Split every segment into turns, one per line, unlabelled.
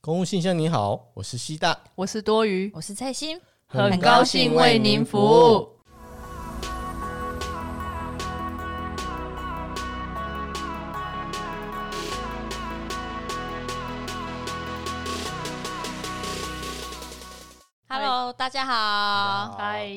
公务信箱，你好，我是西大，
我是多余，
我是蔡心，
很高兴为您服务。。
Hello，大家好。
嗨，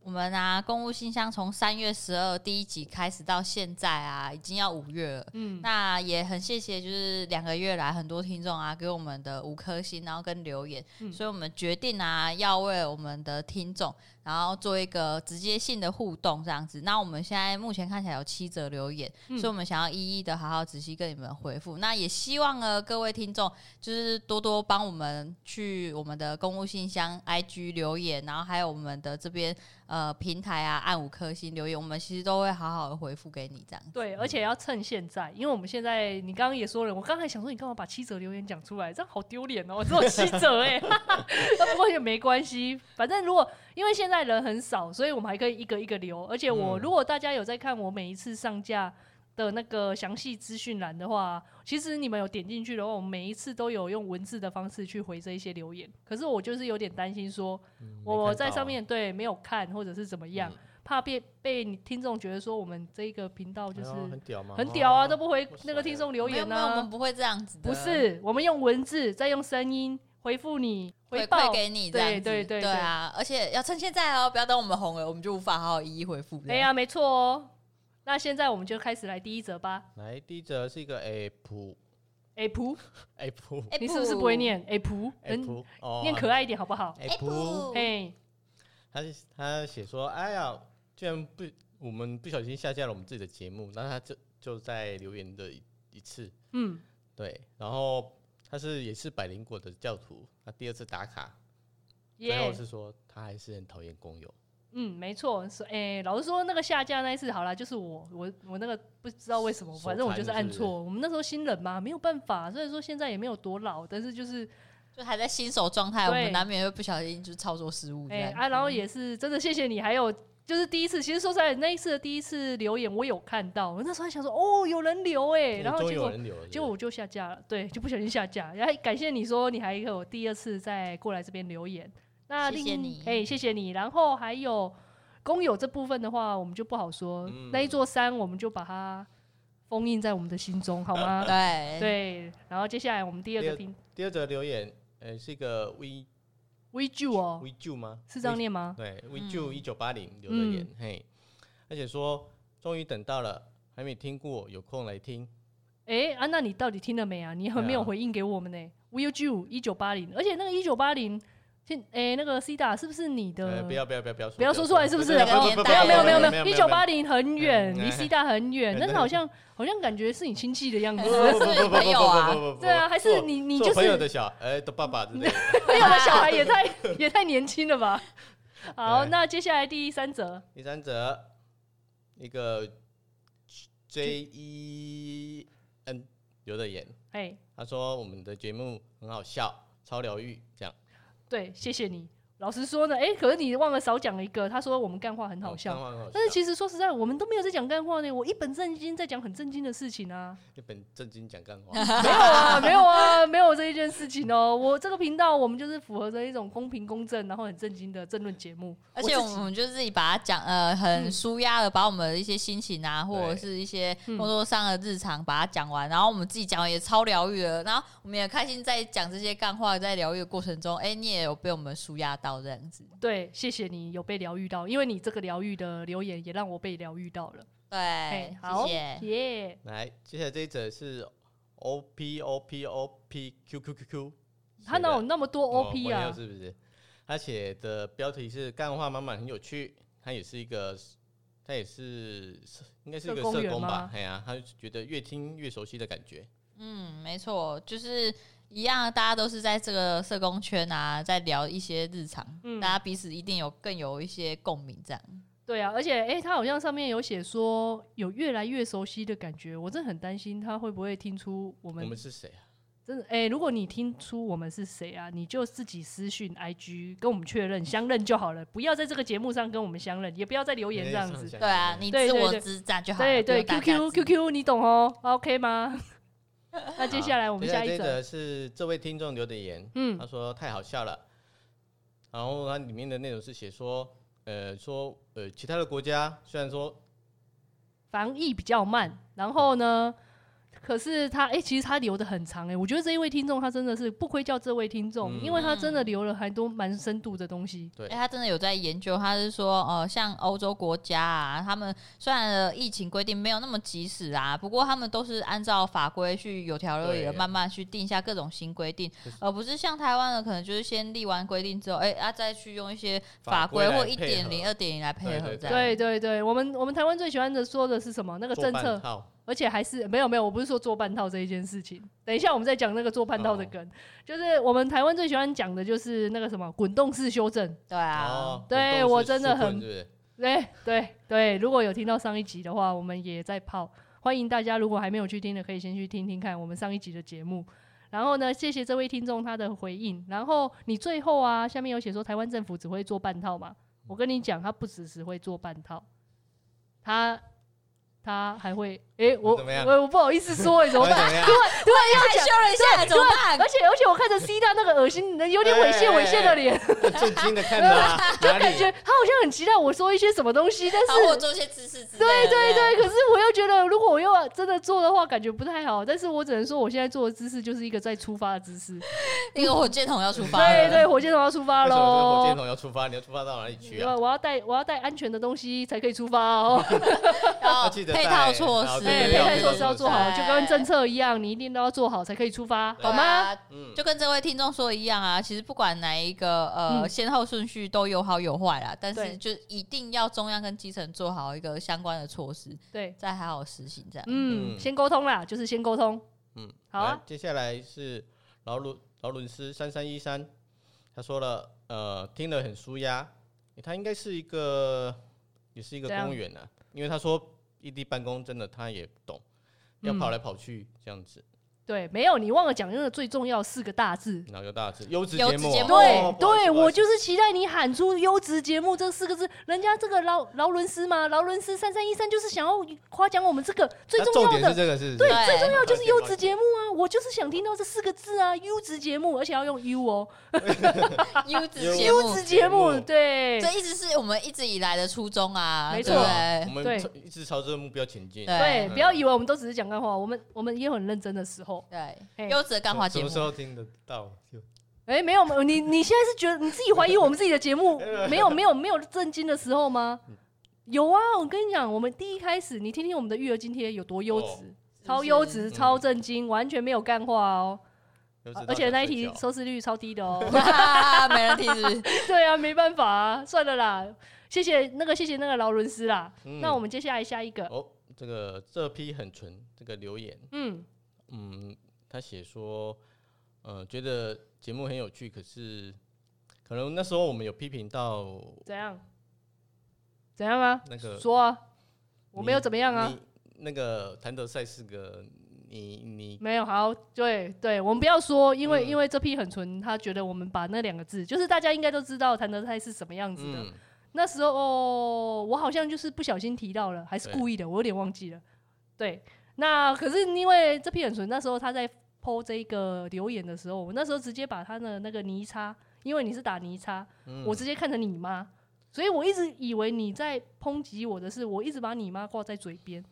我们啊，公务信箱从三月十二第一集开始到现在啊，已经要五月了。
嗯，
那也很谢谢，就是两个月来很多听众啊给我们的五颗星，然后跟留言，
嗯
所以我们决定啊要为我们的听众，然后做一个直接性的互动这样子。那我们现在目前看起来有七则留言，
嗯
所以我们想要一一的好好仔细跟你们回复。那也希望呢各位听众就是多多帮我们去我们的公务信箱、IG 留言，然后还有我们的这边呃平台啊按五颗星留言，我们其实都会好好的回复给你这样子。
对，而且要趁现在，因为我们现在你刚刚也说了，我刚才想说你干嘛把七折留言讲出来，这样好丢脸哦，只有七折 哎、哈哈不过也没关系，反正如果因为现在人很少，所以我们还可以一个一个留，而且我、
嗯
如果大家有在看我每一次上架。的那个详细资讯栏的话，其实你们有点进去的话，我们每一次都有用文字的方式去回这一些留言。可是我就是有点担心说，
嗯
我在
啊
上面对没有看或者是怎么样，怕被被你听众觉得说我们这一个频道
没
就
看
是
到，哎很屌哦吗？
很屌啊，都不回
不是
那个听众留言
没有没有，我们
啊，
不会这样子的，
不是，我们用文字再用声音回复你
回
报
馈。给你这样子，
对对对
啊！而且要趁现在哦，不要等我们红了，我们就无法好好一一回复。
哎呀，没错哦。那现在我们就开始来第一则吧。
来，第一则是一个 app
哎普，
app
哎，
你是不是不会念？哎普，嗯，
app 哦，
念可爱一点好不好？
app，
哎，
他是他写说，哎呀，居然不，我们不小心下架了我们自己的节目，然后他就就在留言的一一次，
嗯，
对，然后他是也是百灵果的教徒，他第二次打卡，最
耶
后，是说他还是很讨厌工友，
嗯，没错。是哎，老实说，那个下架那一次好啦，就是我，我，我那个不知道为什么，
手
反正我就是
残
按
是不是
错。我们那时候新人嘛，没有办法。虽然说现在也没有多老，但是就是
就还在新手状态，我
对
们难免会不小心就是操作失误这
哎、
样。
啊，
嗯
然后也是真的谢谢你，还有就是第一次，其实说实在，那一次的第一次留言我有看到，我那时候还想说哦有人留哎、然后
终于
结
有
果
人留了，
结果我就下架了，对，就不小心下架，然后感谢你说你还有第二次再过来这边留言，那另
谢谢你
哎、谢谢你，然后还有工友这部分的话，我们就不好说，
嗯
那一座山我们就把它封印在我们的心中，好吗？
对，
对，然后接下来我们第二
第
个
二
评
第二则留言，呃，是一个 V
v i u 哦，
V 旧吗？
是这样念吗？
对，We
嗯
Do 一九八零留的言，嘿，而且说终于等到了，还没听过，有空来听。
哎、啊，那你到底听了没啊？你很没有
对啊
回应给我们呢、Will you 一九八零，而且那个一九八零，现哎、那个 C 大是不是你的？
呃，不要不要不要不要说，
不要说出来是不是？
那个
哦没
年
有
代
没有没有
没
没有，一九八零很远，
嗯
离 C 大很远，
哎
但是
对
好像好像感觉是你亲戚的样子。
不不不不不不不不，
对啊，还是你你
做
就是
朋友 的
哦朋
小哎的爸爸之类的。
友的小孩也 太也太年轻了吧？好，
对
那接下来第三则，
第三则，一个 J E N 留的言，
哎，
他说我们的节目很好笑，超疗愈，这样
对，谢谢你。老实说呢，哎，可是你忘了少讲了一个，他说我哦们干话很好笑。
但
但是其实说实在，我们都没有在讲干话呢。我一本正经在讲很正经的事情啊，
一本正经讲干话，
没有啊，没有啊，没有这一件事情哦。我这个频道，我们就是符合着一种公平公正，然后很正经的争论节目。
而且
我
我
自己
们就自己把它讲，呃，很
嗯
舒压的，把我们的一些心情啊，或者
对
是一些
嗯
工作上的日常，把它讲完，然后我们自己讲完也超疗愈了，然后我们也开心在讲这些干话，在疗愈的过程中，哎，你也有被我们舒压到这样子，
对，谢谢你有被疗愈到，因为你这个疗愈的留言也让我被疗愈到了。哎
对，
好，
哎谢谢。
耶
来，接下来这一则是 O P O P O P Q Q Q Q，
他哪有那么多
哦
OP
我
啊
要？是不是？他写的标题是“干话满满很有趣”，他也是一个，他也是应该是一个
社工
社
员
工吧
吗？
哎呀、他就觉得越听越熟悉的感觉。
嗯，没错，就是一样，大家都是在这个社工圈啊，在聊一些日常，
嗯
大家彼此一定有更有一些共鸣，这样。
对啊，而且诶，他好像上面有写说有越来越熟悉的感觉，我真的很担心他会不会听出我
我
们
们是谁啊？
真的，哎、如果你听出我们是谁啊，你就自己私讯 IG 跟我们确认相认就好了，不要在这个节目上跟我们相认，也不要在留言这
哎
样子。
对啊，你
对
自
对
我
对
之战就好了。
对对
不用大家
，QQ
知
QQ，你懂哦，OK 吗？ 那接下来我们
接下
下
来
一
这
则，
则是这位听众留的言，
嗯
他说太好笑了，然后它里面的内容是写说，呃，说呃其他的国家虽然说
防疫比较慢，然后呢，可是他哎、诶其实他留的很长哎、诶我觉得这一位听众他真的是不愧叫这位听众，
嗯
因为他真的留了还多蛮深度的东西。
对
哎、他真的有在研究，他是说，呃，像欧洲国家啊，他们虽然呃疫情规定没有那么及时啊，不过他们都是按照法规去有条有理的
对
慢慢去定下各种新规定
就是，
而不是像台湾的可能就是先立完规定之后，哎、啊再去用一些法
法规
规或
来
一
配
点
合
零、二点零来配
对
合
对
这样。
对对对，我们我们台湾最喜欢的说的是什么？那个
做
政
半
策，
套，
而且还是没有没有，我不是说做半套这一件事情。等一下我们再讲那个做半套的
哦
梗，就是我们台湾最喜欢讲的就是那个什么滚动式修正。
对啊，
哦
对
都
我
是
真的
纾困
很
是不是
对哎对对，如果有听到上一集的话，我们也在泡，欢迎大家如果还没有去听的，可以先去听听看我们上一集的节目。然后呢，谢谢这位听众他的回应。然后你最后啊，下面有写说台湾政府只会做半套
嗯
嘛？我跟你讲，他不只只会做半套，他他还会诶，我
怎么样
我我不好意思说诶，怎么
哎
办？
怎么样？
害羞了一下，怎么办？
而且而且我看着 C 大那个恶心、有点猥
哎
亵猥亵的脸，
很震惊 的看到啊哪
感
里？
觉他好像很期待我说一些什么东西，但
好，
是
我做一些姿势之类的。对
对，可是我又觉得，如果我又真的做的话，感觉不太好。但是我只能说，我现在做的姿势就是一个在出发的姿势。
那个火箭筒要出发了。
对对，火箭筒要出发
为什么这个火
喽
箭！筒要出发？你要出发到哪里去啊？
我我要带我要带安全的东西才可以出发哦。哎
要
要记得
配
带
套措
哦
施，
对对
对，配
要
套
配
措
套
施要
措
做好，
施
就跟政策一样，你一定都要做好才可以出发，
对
好
啊
吗？？
嗯，
就跟这位听众说的一样啊，其实不管哪一个呃、
嗯
先后顺序都有好有坏啦，但
对
是就一定要中央跟基层做好一个相关的措施，
对，
再好好实行这样。
嗯，
嗯
先沟通啦，就是先沟通。
嗯，
好啊
来接下来是劳伦劳伦斯三三一三，他说了，呃，听了很舒压，他应该是一个也是一个
怎样
公务员啊，因为他说异地办公真的他也不懂，要
嗯
跑来跑去这样子，
对，没有你忘了讲那个最重要的四个大字。
然后有大致优质
优质
节目
节
啊，
目
哦不
对
好意思
对，
不好
我
意思
就是期待你喊出“优质节目”这四个字。人家这个劳劳伦斯嘛，劳伦斯三三一三就是想要夸奖我们这个最
那
重
啊重
要
点是
的，
这个是不
对
是，
最 重要就是优
抱
质
歉
节目啊！我就是想听到这四个字啊，优质节目，而且要用 U 哦，
优质
优
节
优
目
质，节
节
目，
目
对
这一直是我们一直以来的初衷啊，
没
对
错
不
我
对
们
对
朝一直朝这个目标前进，
对
对，
嗯
不要以为我们都只是讲干话，我们我们也有很认真的时候。哎
对，优质的干话节
什
目
么时。候听得到？
哎，没有，没有你你现在是觉得你自己怀疑我们自己的 节目没有没有没有震惊的时候吗？
嗯
有啊，我跟你讲，我们第一开始，你听听我们的育儿津贴有多优质。
哦
超优
是。
嗯
质、超震惊，完全没有干话哦，
优质到
而且那一
想睡
题
觉
收视率超低的哦
哈 哈，没人听是不是？
对啊，没办法啊，算了啦，谢谢那个谢谢那个劳伦斯啦。
嗯
那我们接下来下一个，
哦，这个这批很纯，这个留言，
嗯，
嗯，他写说，呃，觉得节目很有趣，可是可能那时候我们有批评到
怎样？怎样啊？
那个
说啊，我
你
没有怎么样啊，
你那个谭德赛是个你你
没有好，对对，我们不要说，因
嗯
为、因为这批很纯，他觉得我们把那两个字，就是大家应该都知道谭德赛是什么样子的，
嗯，
那时候、哦、我好像就是不小心提到了，还是
对
故意的，我有点忘记了。对，那可是因为这批很纯，那时候他在剖这个留言的时候，我那时候直接把他的那个泥叉，因为你是打泥叉，
嗯
我直接看成你妈，所以我一直以为你在抨击我的是，我一直把你妈挂在嘴边，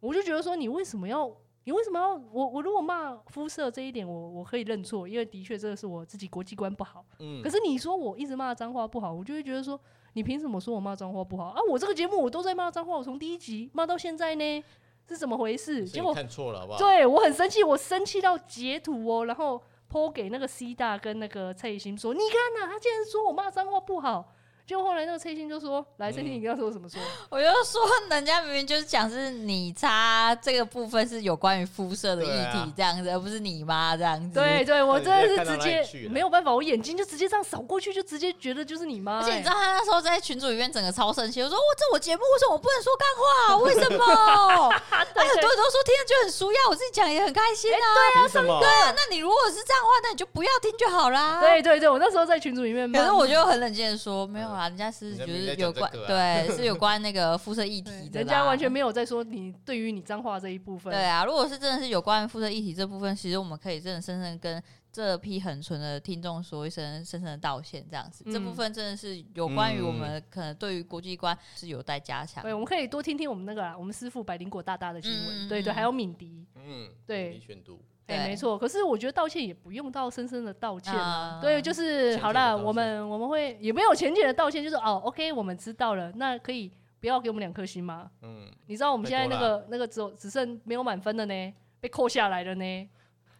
我就觉得说你为什么要，你为什么要我我如果骂肤色这一点，我我可以认错，因为的确这个是我自己国际观不好。
嗯
可是你说我一直骂脏话不好，我就会觉得说，你凭什么说我骂脏话不好啊？我这个节目我都在骂脏话，我从第一集骂到现在呢，是怎么回事？
是
结
你
果
看错了好不好？
对我很生气，我生气到截图哦，然后泼给那个 C 大跟那个蔡依欣说，你看呐、他竟然说我骂脏话不好。结果后来那个蔡依欣就说，来，
嗯
蔡依欣你要说什么说？
我就说，人家明明就是讲是你差这个部分是有关于肤色的议
对
题
啊
这样子，而不是你妈这样
嗯
子。
对对，我
对
真的
你
是
看到
直
哪里
接
去了
没有办法，我眼睛就直接这样扫过去，就直接觉得就是你妈、
而且你
欸
知道他那时候在群组里面整个超生气，我说：“我这我节目为什么我不能说干话？为 什么？”哎，很多人都说听了就很舒压，我自己讲也很开心啊。
凭什么？
对啊，那你如果是这样的话，那你就不要听就好啦。
对对对，我那时候在群组里面骂，
可是我就很冷静的说：“没有啦，人家是
嗯人家
就
明
是
在
有
讲
关
这个啊
对，是有关那个肤色议
对
题 的啦。
人家完全没有在说你对于你脏话这一部分。
对啊，如果是真的是有关于肤色议题这部分，其实我们可以真的深深跟这批很纯的听众说一声深深的道歉，这样子。这部
嗯
分真的是有关于我
嗯
们可能对于国际观是有待加强。
对，我们可以多听听我们那个啦，我们师傅百灵果大大的新
嗯嗯
闻，
嗯
对对，还有敏迪，
嗯，
对
李选读，
哎、
对
没错。可是我觉得道歉也不用到深深的道歉啊，
嗯
对，就是
浅
好
浅的
啦，
道歉
我们我们会也没有浅浅的道歉，就是哦，OK，我们知道了，那可以不要给我们两颗星吗？
嗯，
你知道我们现
太
在那
多
个那个只有只剩没有满分的呢，被扣下来了呢。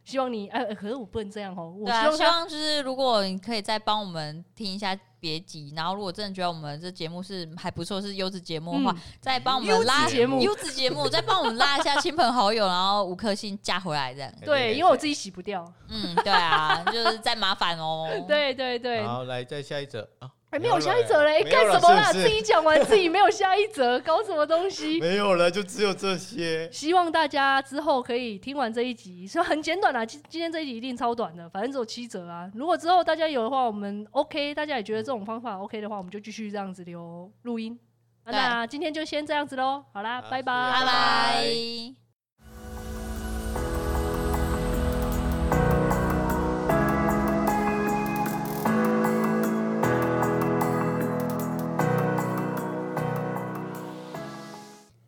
希望你哎、呃可是我不能这样哦，我
对
希
啊，
望
希
他
望就是如果你可以再帮我们听一下别集，然后如果真的觉得我们这节目是还不错，是优质节目的话，
嗯
再帮我
优
们
质
拉
节目
优质节目，再帮我们拉一下亲朋好友，然后五颗星加回来这样。
对，因为我自
己。
己洗不掉。
嗯，对啊，就是再麻烦哦。
对对对，
好，来再下一则啊，
哎，没
没
有
有了
下一则嘞，
没有
干
了
什么
是
啦？
不是
自己讲完自己没有下一则，搞什么东 西？
没有了，就只有这些。
希望大家之后可以听完这一集，虽然很简短啦，啊今今天这一集一定超短的，反正只有七折啊。如果之后大家有的啊话，我们 OK，大家也觉得这种方法 OK 的话，我们就继续这样子留录音。啊
对
那今天就先这样子喽，好啦，
好
拜
谢谢。
拜
拜
拜
拜。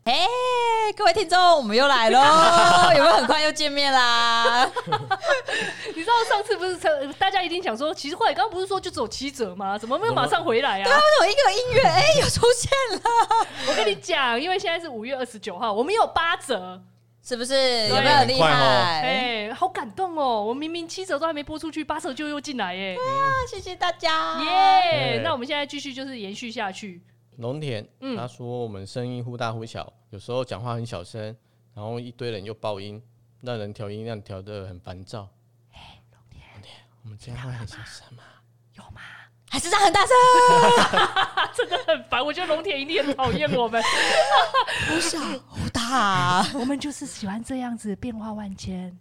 嘿，各位听众，我们又来喽！有没有很快又见面啦？
你知道上次不是呃大家一定想说，奇怪，刚刚不是说就只有七折吗？怎么没有马上回来啊？
为什么一个音乐哎、又出现了？
我跟你讲，因为现在是五月二十九号，我们有八折。
是不是？有没有很厉害？
哎、好感动哦！我明明七折都还没播出去，八折就又进来耶！
那谢谢大家！
耶、
对
那我们现在继续就是延续下去。
农田，
嗯
他说我们声音忽大忽小，有时候讲话很小声，然后一堆人又爆音，让人调音量调得很烦躁。农田，我们这样会很小声吗？
还是这样很大声。
啊，真的 很烦，我觉得龙田一定很讨厌我们。
不小不大，
我们就是喜欢这样子变化万千，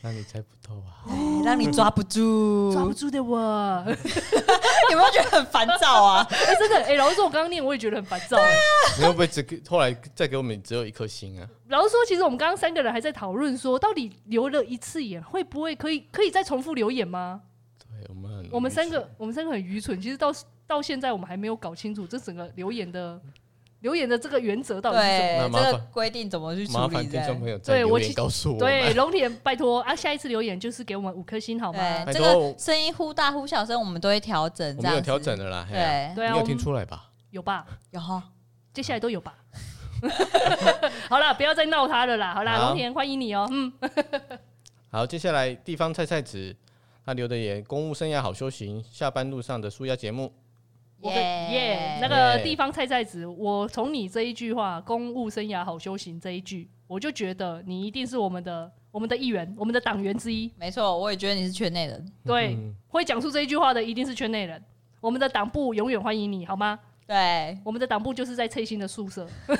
那你猜不透啊！
让你抓不
嗯
住。
抓不住的我。
有没有觉得很烦躁啊？
哎、真的，哎、老实说，我刚刚念我也觉得很烦 躁。
你会不会只给后来再给我们只有一颗星啊？
老实说，其实我们刚刚三个人还在讨论说，到底留了一次言会不会可以可以再重复留言吗？
对我们很，
我们三个，我们三个很愚蠢。其实到到现在，我们还没有搞清楚这整个留言的留言的这个原则 到底是什么。
对
那，
这
麻烦
个规定怎么去处
麻
理
烦听众
的？
朋友在
对我
留言
其
告诉我
对，
们。
龙田，拜托啊，下一次留言就是给我们五颗星好吗？
对，
拜
这
托
个声音忽大忽小声，我们都会调整，
哎我
这
们
样
有
子
调整。的啦，嘿啊
对，
对啊，
你
我
有听
们
出来吧？
有吧？
然后
接下来都有吧？ 好了，不要再闹他了啦！好啦，
好
龙田，欢迎你哦、嗯，
好，接下来地方菜菜子，他留的言：公务生涯好修行，下班路上的舒压节目。
我跟耶，那
耶，
个
耶
地方菜菜子，我从你这一句话“公务生涯好修行”这一句，我就觉得你一定是我们的我们的一员，我们的党员之一。
没错，我也觉得你是圈内人。
对，
嗯
会讲出这一句话的一定是圈内人。我们的党部永远欢迎你，好吗？
对，
我们的党部就是在翠新的宿舍。
你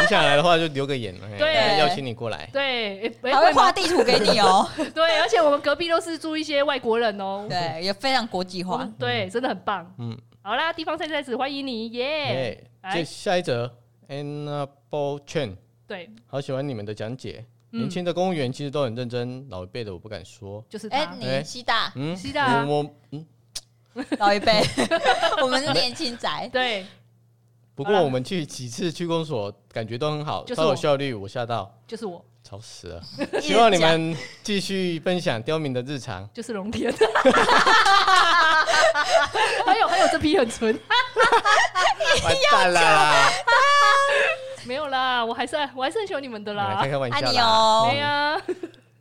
你想来的话就留个言，嘿
对
邀请你过来。
对，诶诶
还
会
会
吗
画地图给 你哦。
对，而且我们隔壁都是住一些外国人哦、
对，也非常国际
我
化
们。对，真的很棒。嗯
嗯，
好啦，地方菜菜子欢迎你耶。
耶，
来
接下一则，Anna Bo Chen，
对，
好喜欢你们的讲解。
嗯
年轻的公务员其实都很认真，老一辈的我不敢说。
就是
哎
他，。
你西大
嗯，
是的啊
我我嗯，
老 一辈，我们是年轻仔。
对，
不
好啦
过我们去几次区公所，感觉都很好，
就是
超
我
有效率，我吓到，
就是我，
吵死 了。
一直
希望你
讲
们继续分享刁民的日 常。
就是龙田。还有还有，这批很纯。
完蛋啦！
没有啦，我还是我还是很喜欢你们的
来
啦
开。开玩
爱
笑
你
啦。嗯
哦
哎。呀，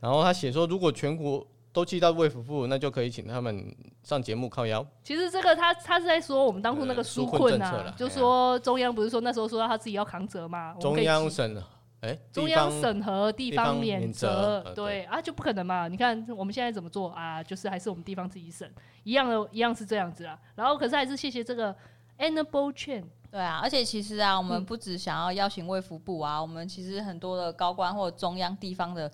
然后他写说，如果全国都寄到卫福部，那就可以请他们上节目靠腰。
其实这个他他是在说我们当初那个
呃
纾
纾
困
困政策
啊
啦，
就
哎呀
说中央不是说那时候说他自己要扛责嘛，我们可
中
以
央
集
审哎，
中
地
央
方
审核地
地方
方免
免
责
责，呃
对啊，就不可能嘛！你看我们现在怎么做啊？就是还是我们地方自己审，一样的，一样是这样子啦。然后可是还是谢谢这个 Annable Chain，
对啊，而且其实啊，我
嗯
们不只想要邀请卫福部啊，我们其实很多的高官或中央地方的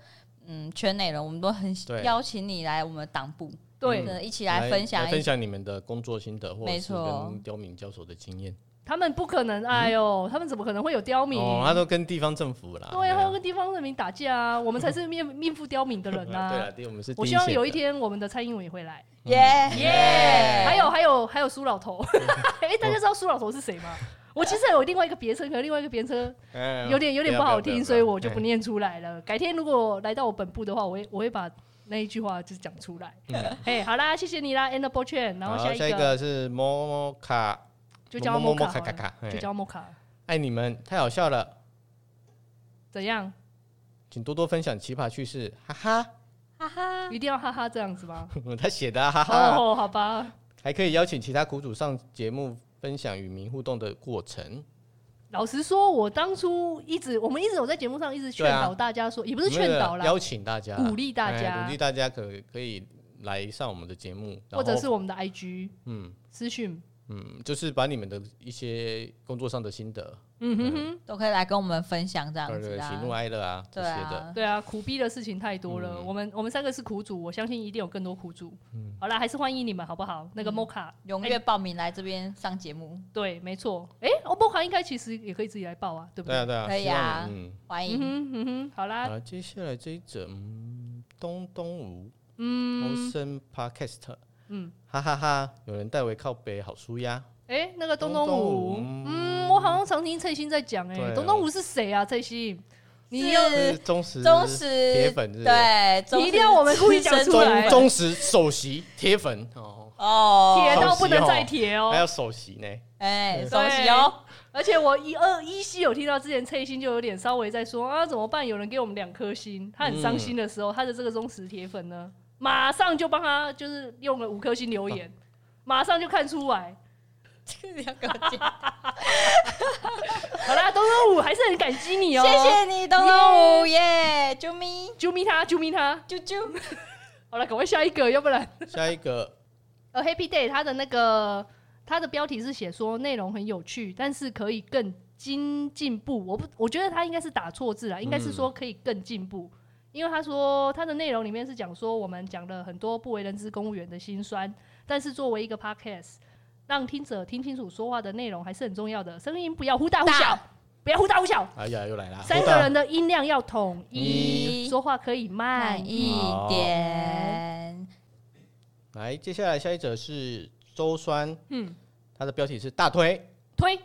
嗯圈内人，我们都很喜
对
邀请你来我们党部。
对、
呃一起来分享
来
一
分享你们的工作心得，或者
没
是
错
跟刁民交手的经验。
他们不可能，哎呦，他们怎么可能会有刁
嗯
民？
哦，他都跟地方政府啦。
对啊，
啊
他要跟地方人民打架啊，我们才是面面付刁民的人
对
啊
啊，。第我们是
我
第
希望
线
有
的
一天我们的蔡英文也会来，
耶
嗯
耶
还有还有还有苏 老头，哎、大家知道苏老头是谁吗？我其实有另外一个别称，可能另外一个别称
哎
有点有点
要
不好
要要
听，
要
所以我就不
哎
念出来了。改天如果来到我本部的话，我会我会把那一句话就是讲出来。
嗯
哎、好啦，谢谢你啦，And b o c h a n 然后
好
下
下一
个
个是摸摸卡，
就叫
摸
莫
摸卡
卡好
卡
了，
卡，哎
就叫莫卡，
爱你们，太好笑了，
怎样？
请多多分享奇葩趣事，哈哈，
哈哈，
一定要哈哈这样子吗？
他写的啊哈哈，
哦，好吧，
还可以邀请其他苦主上节目分享与民互动的过程，
老实说，我当初一直，我们一直有在节目上一直劝
对啊
导大家说，也不
不
是劝导啦，
邀请大家啦，
鼓励大
哎
家
鼓励大家可可以来上我们的节目，然
或者
后
是我们的 IG
嗯
私讯，
嗯，就是把你们的一些工作上的心得，
嗯哼哼，
都可以来跟我们分享这样
对
子
对，喜
啊
怒，哀乐啊这
对
些的，
啊，
对啊，苦逼的事情太多了，
嗯
我们我们三个是苦主，我相信一定有更多苦主。好啦，还是欢迎你们好不好？那个
嗯
Mocha，、
踊跃报名来这边上节目，
对，没错，哎、哦 Mocha 应该其实也可以自己来报啊，对不
对
对？
啊对啊，
可以
希望
啊
你嗯。
欢
嗯
迎。
哼嗯哼，好啦，
啊，接下来这一则，嗯，东东吴
嗯
Ocean Podcast，
嗯，
哈哈哈，有人代为靠北，好舒压。
哎、那个东
东
东
东
舞
舞，
嗯，我好像常听蔡欣在讲、
对
哎，
啊
东东舞是谁啊？蔡欣，你
是
要
是忠实
忠实
铁粉是不是
对，忠实
一定要我们故意讲
资深
出来
忠忠实首席铁粉哦，
哦，
铁到不能
好喜哦
再铁哦、
还有首席呢，
哎，
对
熟悉哦，
而且我一二依稀有听到之前蔡欣就有点稍微在说啊，怎么办？有人给我们两颗星，他很伤心的时候，他的这个忠实铁粉呢，
嗯
马上就帮他就是用了五颗星留言，
啊
马上就看出来。
这个两个姐
好啦，东东五还是很感激你哦、
谢谢你，东东五耶，啾咪
啾咪他，啾咪他。
啾啾，
好了，赶快下一个，要不然
下一个
呃，Happy Day 它的那个它的标题是写说内容很有趣，但是可以更精进步。我不，我觉得他应该是打错字了，应该是说可以更进步。因为他说他的内容里面是讲说我们讲了很多不为人知公务员的辛酸，但是作为一个 podcast，让听者听清楚说话的内容还是很重要的，声音不要忽大忽小
大，
不要忽大忽小，
哎呀又来啦，
三
胡
个
大
人的音量要统一，
一
说话可以慢
慢一点，
来，接下来下一则是周酸，
嗯，
他的标题是大推，
推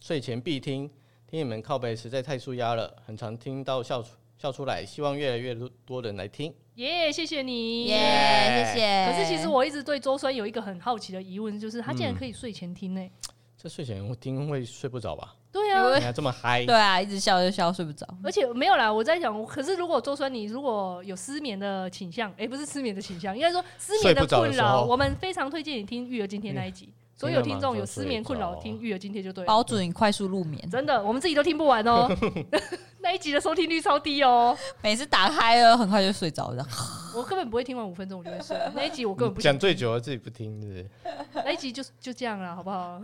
睡前必听，听你们靠北实在太舒压了，很常听到笑出笑出来，希望越来越多多人来听。
耶谢谢你
耶，谢
可
谢。
是其实我一直对周酸有一个很好奇的疑问，就是他竟然
嗯
可以睡前听呢、
这睡前我听会睡不着吧？
对
有
啊，
你还这么嗨？
对啊，一直笑就笑，睡不着。
而且没有啦，我在想，可是如果周酸你如果有失眠的倾向，哎、不是失眠的倾向，应该说失眠
睡不着
困
的时候
扰，我们非常推荐你听《育儿今天》那一集。所有听众有失眠困扰，听《育儿今天》就对了。
包准你快速入眠，
真的，我们自己都听不完哦、 那一集的收听率超低哦、
每次打开了很快就睡着了。
我根本不会听完五分钟我就会睡。那一集我根本不想
讲最久了，自己不听是不是？
那一集就就这样了，好不好？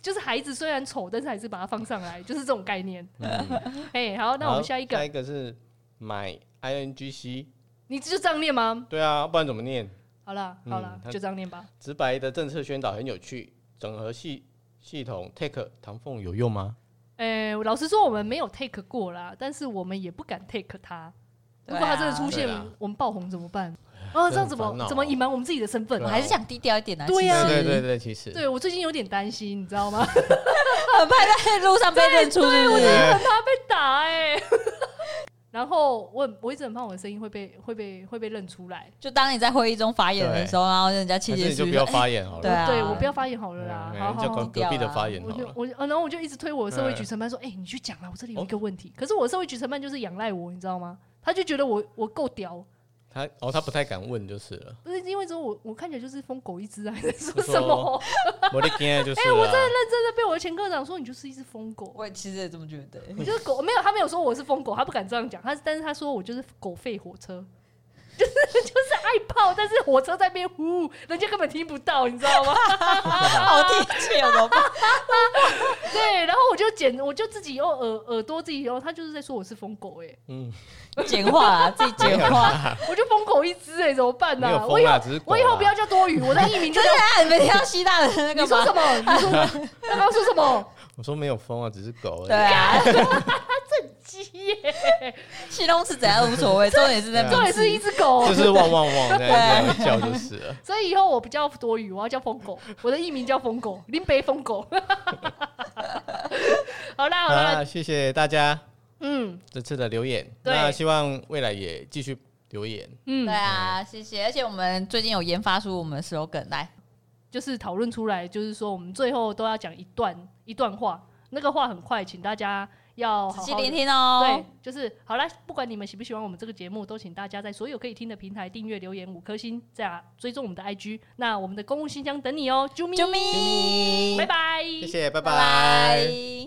就是孩子虽然丑，但是还是把它放上来，就是这种概念。 哎、好，那
嗯
我
好
们下一
下
个
一，个是买 INGC，
你就这样念吗？
对啊，不然怎么念？
好了，
嗯
好了，
他
就这样念吧。
直白的政策宣导很有趣，整合系系统 take 唐凤有用吗？
哎、老实说，我们没有 take 过啦，但是我们也不敢 take 他。如
对啊
果他真的出现
对啊，
我们爆红怎么 办？哦，这样
很
怎
烦
么
恼啊
怎么隐瞒我们自己的身份
对
我
啊？
还是想低调一点啊。
对啊
其
对
实
对，对，其实
对我最近有点担心，你知道吗？
很怕在路上被认出，是不是？
被打哎、然后我很我一直很怕我的声音会被会被会被认出来，
就当你在会议中发言的时候，然后人家窃
还是
窃
你就
私
不
语
要
说，
发言好了。
对啊
对我不要发言好了啦
嗯，
好好
叫隔
好。
隔壁的发言
我
好
就
了。嗯
我就呃然后我就一直推我的社会局承办说，哎、你去讲啦，我这里有一个
哦
问题。可是我的社会局承办就是仰赖我，你知道吗？他就觉得我我够屌，
他哦，他不太敢问就是 了。
不是因为说我我看起来就是疯狗一只啊， 还在说
我
什么
说？我的天就是了。
哎真的被我的前科长说你就是一只疯狗，啊
我也其实也这么觉得。
你就是 狗。没有，他没有说我是疯狗，他不敢这样讲。他但是他说我就是狗吠火车，就是 就是爱泡，但是火车在那边呼，人家根本听不到，你知道吗？
好贴切，怎么办？
对，然后我就剪，我就自己用耳耳朵自己用，他就是在说我是疯狗哎、
嗯，
简化啊，自己简化。
我就疯狗我一只哎、怎么办呢、
没有
我
风
以后
啦，只是啊
我以后不要叫多余，我的艺名就叫。
啊，你们听到希腊的那
你
个
说什
吗？
么？你说刚刚说什么？
我说没有风啊，只是狗而已。
对啊，
鸡耶，
形容词怎样都无所谓，重点是在名字
重点是一只 狗。
就是汪汪汪 这样这样叫就是了。
所以以后我不叫多余，我要叫疯狗，我的艺名叫疯狗，林北疯狗。 好啦 好啦，
那谢谢大家
嗯
这次的留言，
对
那希望未来也继续留言。
嗯
对，啊，谢谢。而且我们最近有研发出我们的 slogan 来，
就是讨论出来，就是说我们最后都要讲一段一段话，那个话很快，请大家要好
仔
好
细
地
聆听哦。
对，就是好啦，不管你们喜不喜欢我们这个节目，都请大家在所有可以听的平台订阅、留言五颗星，这样追踪我们的 IG。那我们的公务信箱等你哦，啾咪，
啾咪，
拜拜，
谢谢，拜
拜拜。